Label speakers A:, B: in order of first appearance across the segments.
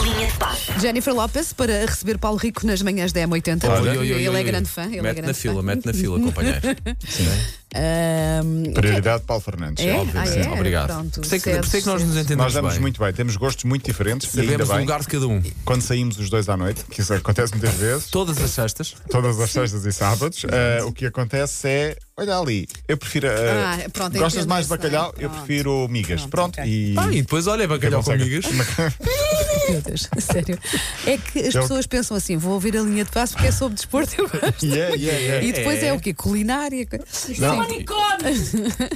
A: Linha de passe.
B: Jennifer Lopez para receber Paulo Rico nas manhãs da M80.
C: Olha.
B: Ele
C: Ui, ui, ui,
B: é
C: ui.
B: grande fã. Ele é
C: Mete
B: grande
C: na
B: fã.
C: fila, mete na fila, companheiro.
B: Ahm,
D: Prioridade Paulo Fernandes.
B: é?
C: Óbvio,
B: Ah,
C: sim,
B: é?
C: obrigado.
B: Pronto,
C: por isso é que,
B: cedo,
C: por isso é que nós nos
B: cedo.
C: entendemos
D: Nós damos
C: bem.
D: muito bem, temos gostos muito diferentes e ainda
C: Sabemos o
D: bem
C: lugar de cada um.
D: quando saímos os dois à noite, que isso acontece muitas vezes,
C: Todas as sextas.
D: todas as sextas e sábados, eh, o que acontece é, olha ali, eu prefiro. eh,
B: Ah, pronto,
D: gostas mais de
B: entendeu-se
D: bacalhau?
B: bem,
D: Eu
B: pronto.
D: prefiro migas. Pronto,
B: Pronto, ok.
D: e.
C: Ah, e depois olha, bacalhau com
D: Quem consegue-
C: amigas.
B: Meu Deus, sério. É que as
D: Eu-
B: pessoas pensam assim: vou ouvir a linha de passe porque é sobre desporto. Eu gosto.
D: Yeah, yeah, yeah.
B: E depois é o quê? Culinária? Sim.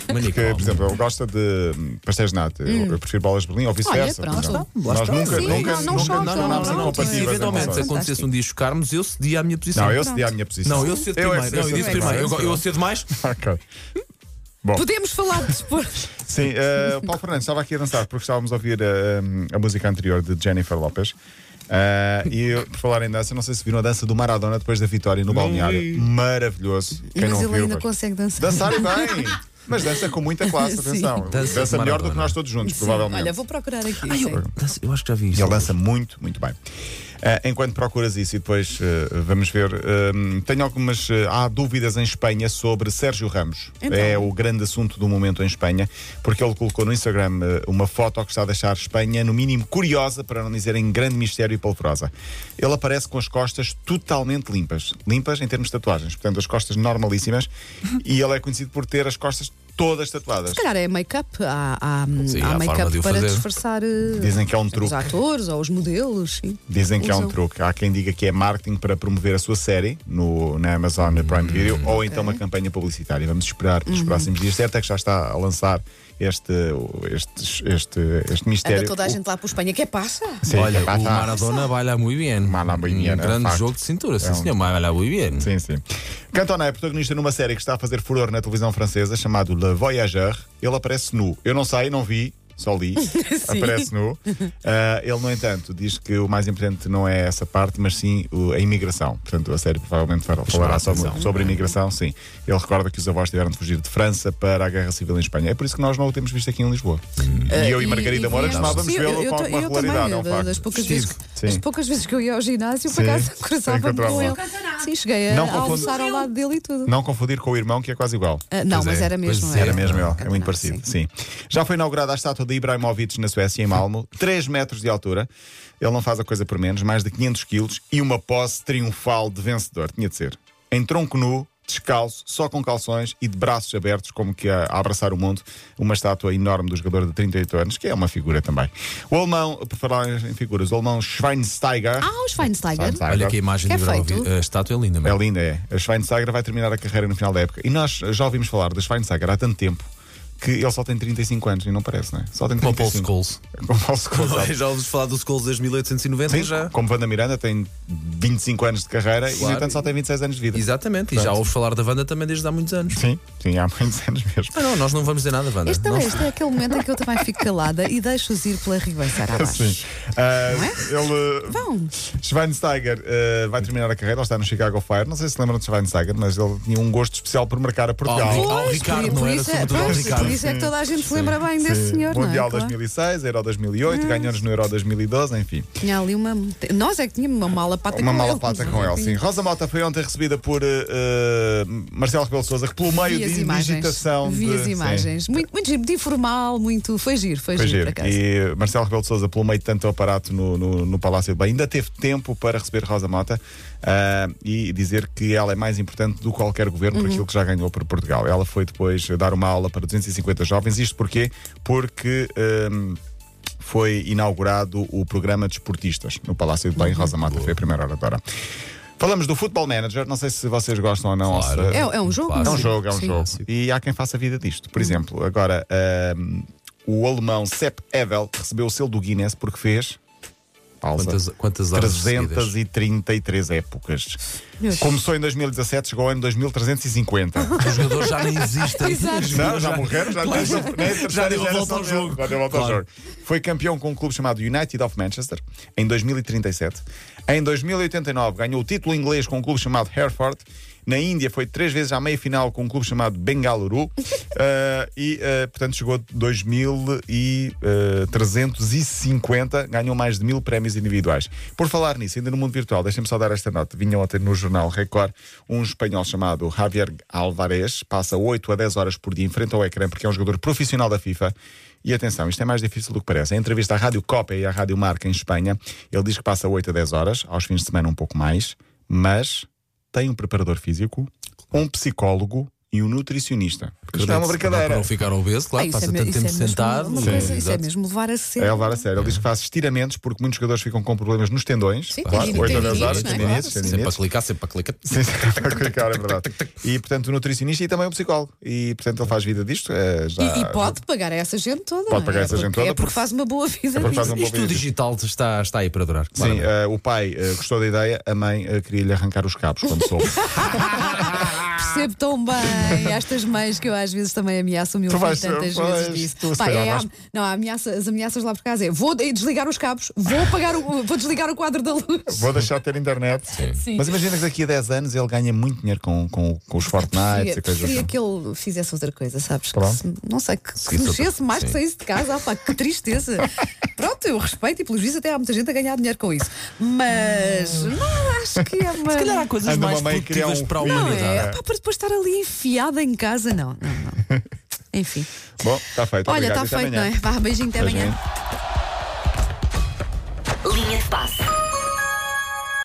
D: Porque, por exemplo, eu gosto de hum, pastéis de nata, eu- eu prefiro bolas de Berlim ou vice-versa.
B: Olha, pronto.
D: por exemplo.
B: Lá
D: Nós
B: está.
D: nunca,
B: Sim,
D: nunca,
B: não- não
D: nunca,
B: choca,
D: não, não,
B: não,
D: não, não,
B: não,
C: Se
D: partidas em
C: eventualmente se
D: relação a isso.
C: acontecesse
B: Fantástico.
C: um dia chocarmos, eu cedia a minha posição.
D: Não, eu cedi à minha posição.
C: Não, eu cedo
D: Eu é que
C: primeiro. Não, eu
D: cedo
C: disse
D: primeiro.
C: primeiro. Eu, eu cedo mais.
D: Ok.
B: Podemos falar de desporto.
D: Sim, eh, o Paulo Fernandes estava aqui a dançar porque estávamos a ouvir eh, a música anterior de Jennifer Lopez. Eh, e eu, por falar em dança, não sei se viram a dança do Maradona depois da vitória no balneário. Maravilhoso. Quem
B: Mas
D: não
B: ele
D: viu,
B: ainda
D: vai-
B: consegue dançar.
D: Dançar e bem, mas dança com muita classe.
B: Sim.
D: Atenção,
C: Dança
D: dança,
C: do
D: melhor
C: Maradona.
D: do que nós todos juntos,
B: Sim.
D: provavelmente.
B: Olha, vou procurar aqui.
C: Ai,
B: sim.
C: eu, eu acho que já vi
D: E
C: isto.
D: ele dança muito, muito bem. Eh, enquanto procuras isso e depois eh, vamos ver, eh, tenho algumas. eh, há dúvidas em Espanha sobre Sérgio Ramos.
B: Então.
D: É o grande assunto do momento em Espanha, porque ele colocou no Instagram eh, uma foto que está a deixar Espanha, no mínimo curiosa, para não dizer em grande mistério e polvorosa. Ele aparece com as costas totalmente limpas. Limpas em termos de tatuagens, portanto, as costas normalíssimas. e ele é conhecido por ter as costas todas tatuadas.
B: Se calhar é make-up. Há, há,
C: Sim,
B: há
C: há forma de
B: make-up
C: o
B: para
C: fazer.
B: disfarçar eh,
D: Dizem que é um
B: os
D: truque.
B: atores ou os modelos. sim.
D: Dizem que é um
B: Usam.
D: truque. Há quem diga que é marketing para promover a sua série no, na Amazon Prime Video
C: Hum.
D: ou então uma campanha publicitária. Vamos esperar
B: Uhum.
D: nos próximos dias. Certo é que já está a lançar este, este, este, este mistério.
B: Anda toda a gente lá para a Espanha. Que passa?
D: Sim,
C: Olha,
D: que pá,
C: o
D: tá.
C: Maradona baila muito bem.
D: Baila muy bien,
C: Um
D: é
C: grande
D: facto.
C: jogo de cintura, sim
D: É um-
C: senhor, baila muito bem.
D: Sim, sim. Cantona é protagonista numa série que está a fazer furor na televisão francesa chamado Le Voyageur. Ele aparece nu. Eu não sei, não vi. Só li, aparece nu. Ah, ele, no entanto, diz que o mais importante não é essa parte, mas sim o- a imigração. Portanto, a série provavelmente fará- falará sobre,
C: atenção.
D: sobre a imigração, sim. Ele recorda que os avós tiveram de fugir de França para a Guerra Civil em Espanha. É por isso que nós não o temos visto aqui em Lisboa.
B: Hum.
D: E
B: Ah,
D: eu e Margarida Moura
B: viemos-
D: costumávamos
B: Sim, eu-
D: vê-lo
B: eu
D: com
B: ta-
D: alguma
B: eu também,
D: regularidade, é um
B: da-
D: facto.
B: das poucas, vezes,
D: Sim.
B: das poucas vezes que eu ia ao ginásio, por
D: Sim.
B: acaso
D: Sim,
B: cruzava-me com
D: encontrava-me.
B: ele. Sim, cheguei a
D: Não
B: a
D: confundo-
B: almoçar ao lado dele e tudo.
D: Não confundir com o irmão, que é quase igual.
B: Ah, não,
C: Pois
B: mas
C: é,
B: era
C: pois
B: mesmo.
C: é,
D: Era mesmo ele, é
B: Cantona,
D: muito parecido, sim. Já foi inaugurada a estátua de Ibrahimovic na Suécia, em Malmo, 3 metros de altura. Ele não faz a coisa por menos, mais de 500 quilos e uma pose triunfal de vencedor, tinha de ser. Em tronco nu, descalço, só com calções e de braços abertos, como que a, a abraçar o mundo, uma estátua enorme do jogador de 38 anos, que é uma figura também. O alemão, por falar em figuras, o alemão Schweinsteiger.
B: Ah, os Feinsteiger.
D: Schweinsteiger.
C: Olha que a imagem
B: Que
C: de
B: é
C: Ibrahimovic.
B: feito.
C: A estátua é linda,
D: É
C: mesmo.
D: linda, é. A Schweinsteiger vai terminar a carreira no final da época. E nós eh, já ouvimos falar da Schweinsteiger há tanto tempo que ele só tem 35 anos e não parece, não é? Só tem
C: Com o Paul
D: 35.
C: Scholes.
D: Com Paul Scholes. exato.
C: Já ouves falar dos Scholes desde 1890
D: Sim,
C: já?
D: Como Wanda Miranda tem 25 anos de carreira e, no
C: Claro.
D: entanto, só tem 26 anos de vida.
C: Exatamente, e já ouves falar da Wanda também desde há muitos anos.
D: Sim, sim, há muitos anos mesmo.
C: Ah, não, nós não vamos dizer nada, Wanda.
B: Este
C: Não-
B: também este é aquele momento em que eu também fico calada e deixo-os ir pela ribanceira abaixo.
D: Sim. Ah,
B: Não é?
D: Ele. eh,
B: Vão.
D: Schweinsteiger eh, vai terminar a carreira, ele está no Chicago Fire. Não sei se lembram de Schweinsteiger, mas ele tinha um gosto especial por marcar a Portugal.
C: Ao- ao
B: Pois,
C: Ricardo,
B: por-
C: não
B: por
C: era
B: isso é-
C: sobretudo ao
B: pois,
C: Ricardo.
B: Por isso é que toda a gente se lembra bem desse
D: Sim.
B: senhor, não é?
D: Mundial
B: Claro.
D: 2006, Euro 2008, ganhou nos no Euro 2012, enfim.
B: Tinha ali uma. Nós é que tínhamos uma mala pata
D: Uma
B: com
D: mala
B: ele.
D: pata com ele, sim. Rosa Mota foi ontem recebida por eh, eh, Marcelo Rebelo de Souza, que pelo meio
B: Vi as
D: de
B: imagens.
D: digitação
B: Vi
D: de...
B: as
D: Sim.
B: imagens. Muito, muito giro, muito informal, muito. Foi giro, foi,
D: Foi
B: giro,
D: giro.
B: por acaso.
D: E Marcelo Rebelo de Souza, pelo meio de tanto aparato no, no, no Palácio de Belém, ainda teve tempo para receber Rosa Mota ah, e dizer que ela é mais importante do que qualquer governo
B: Uhum.
D: por aquilo que já ganhou para Portugal. Ela foi depois dar uma aula para 250 jovens. Isto porquê? Porque... ahm, foi inaugurado o programa de esportistas no Palácio de Belém.
B: Uhum.
D: Rosa Mata foi a primeira oradora. Falamos do Football Manager. Não sei se vocês gostam ou não.
C: Claro.
D: ou se-
B: É, é um jogo.
C: Claro.
D: é
B: não
D: um jogo, é um
B: Sim. Ah,
D: jogo. E há quem faça vida disto. Por exemplo, agora ahm, o alemão Sepp Evel recebeu o selo do Guinness porque fez. Pausa.
C: Quantas, quantas horas seguidas?
D: 333 épocas.
B: Meu Deus.
D: Começou em 2017, chegou ao ano 2350.
C: Os jogadores já nem existem.
B: Exato.
C: Os
D: Não,
C: jogadores
D: já morreram, já,
C: Claro.
D: já, nem a terceira
C: Já deu a volta
D: geração
C: ao
D: dele.
C: jogo.
D: Já deu a volta ao
C: Claro.
D: jogo. Foi campeão com um clube chamado United of Manchester em 2037. Em 2089 ganhou o título inglês com um clube chamado Hereford. Na Índia foi três vezes à meia-final com um clube chamado Bengaluru. eh, e, eh, portanto, chegou a eh, 2.350, ganhou mais de mil prémios individuais. Por falar nisso, ainda no mundo virtual, deixem-me só dar esta nota. Vinham ontem no jornal Record um espanhol chamado Javier Alvarez, passa 8 a 10 horas por dia em frente ao ecrã, porque é um jogador profissional da FIFA. E atenção, isto é mais difícil do que parece. Em entrevista à Rádio Copa e à Rádio Marca em Espanha, ele diz que passa 8 a 10 horas, aos fins de semana um pouco mais, mas tem um preparador físico, um psicólogo e um nutricionista. Porque isto não é uma
C: Para
D: brincadeira.
C: não ficar obeso, claro,
B: Ah,
C: passa tanto
B: isso
C: tempo
B: mesmo
C: sentado.
B: uma coisa, isso é
C: exato.
B: mesmo levar a
D: É
B: sério.
D: levar a sério. Ele diz que faz estiramentos porque muitos jogadores ficam com problemas nos tendões.
A: Sim,
D: claro,
A: tem
D: oito a
A: tendinites,
D: 10 horas,
A: não é?
D: tendinites,
A: Claro,
C: Sempre para
D: tendinites.
C: clicar, sempre para clicar.
D: Sim, sim, para clicar, é verdade. E portanto, o nutricionista e também o psicólogo. E portanto, ele faz vida disto. eh, já,
A: E, e pode pagar a essa gente toda.
D: Pode
A: não é?
D: pagar essa
A: Porque-
D: gente toda,
A: É porque faz uma boa vida.
D: É porque faz um
A: nisso.
C: Isto
D: bom
C: o
D: vídeo.
C: digital está, está aí para durar.
D: Sim,
C: claramente.
D: eh, o pai eh, gostou da ideia, a mãe eh, queria-lhe arrancar os cabos quando soube.
B: Percebo tão bem estas mães que eu às vezes também ameaço o meu
D: Tu
B: filho
D: vais-
B: tantas
D: vais-
B: vezes disso.
D: tu se
B: Pá,
D: calhar
B: é a-
D: vais-
B: não, a ameaça- as ameaças lá por casa é vou de- desligar os cabos, vou apagar o, vou desligar o quadro da luz.
D: Vou deixar de ter internet.
B: Sim.
D: Mas imagina que daqui a 10 anos ele ganha muito dinheiro com, com, com os
C: Ah, é
D: Fortnite e
B: Queria,
D: coisas assim.
B: queria que ele fizesse outra coisa, sabes? Que
D: Pronto.
B: se- não sei, que se
C: Seguisse outra-
B: mexesse mais, que
C: sim.
B: saísse de casa. Ah, pá, que tristeza. Pronto, eu respeito e pelos vistos até há muita gente a ganhar dinheiro com isso. Mas não acho que é uma.
C: Hum. Se calhar há coisas
D: Anda
C: mais
D: uma mãe criar
C: produtivas
D: um
C: para a
D: filho.
B: Não
C: humanidade.
B: é? Pá, para depois estar ali enfiada em casa, não. não, não. Enfim.
D: Bom, está feito.
B: Olha,
D: Obrigado,
B: está
D: até
B: feito, não
D: amanhã.
B: é? Vá, beijinho, até
D: Beijinho.
B: amanhã.